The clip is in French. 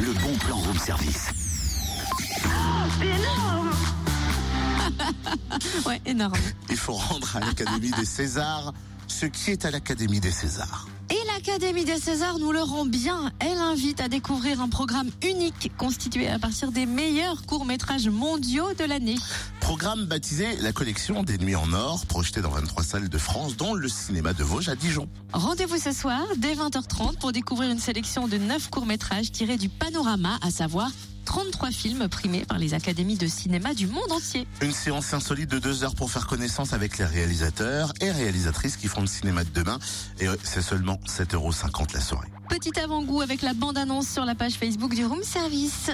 le bon plan room service. Ouais, énorme. Il faut rendre à l'Académie des Césars ce qui est à l'Académie des Césars. Et l'Académie des Césars nous le rend bien. Elle invite à découvrir un programme unique constitué à partir des meilleurs courts-métrages mondiaux de l'année. Programme baptisé La collection des Nuits en Or, projeté dans 23 salles de France, dont le cinéma de Vosges à Dijon. Rendez-vous ce soir dès 20h30 pour découvrir une sélection de 9 courts-métrages tirés du panorama, à savoir 33 films primés par les académies de cinéma du monde entier. Une séance insolite de deux heures pour faire connaissance avec les réalisateurs et réalisatrices qui font le cinéma de demain. Et euh, c'est seulement 7,50€ la soirée. Petit avant-goût avec la bande-annonce sur la page Facebook du Room Service.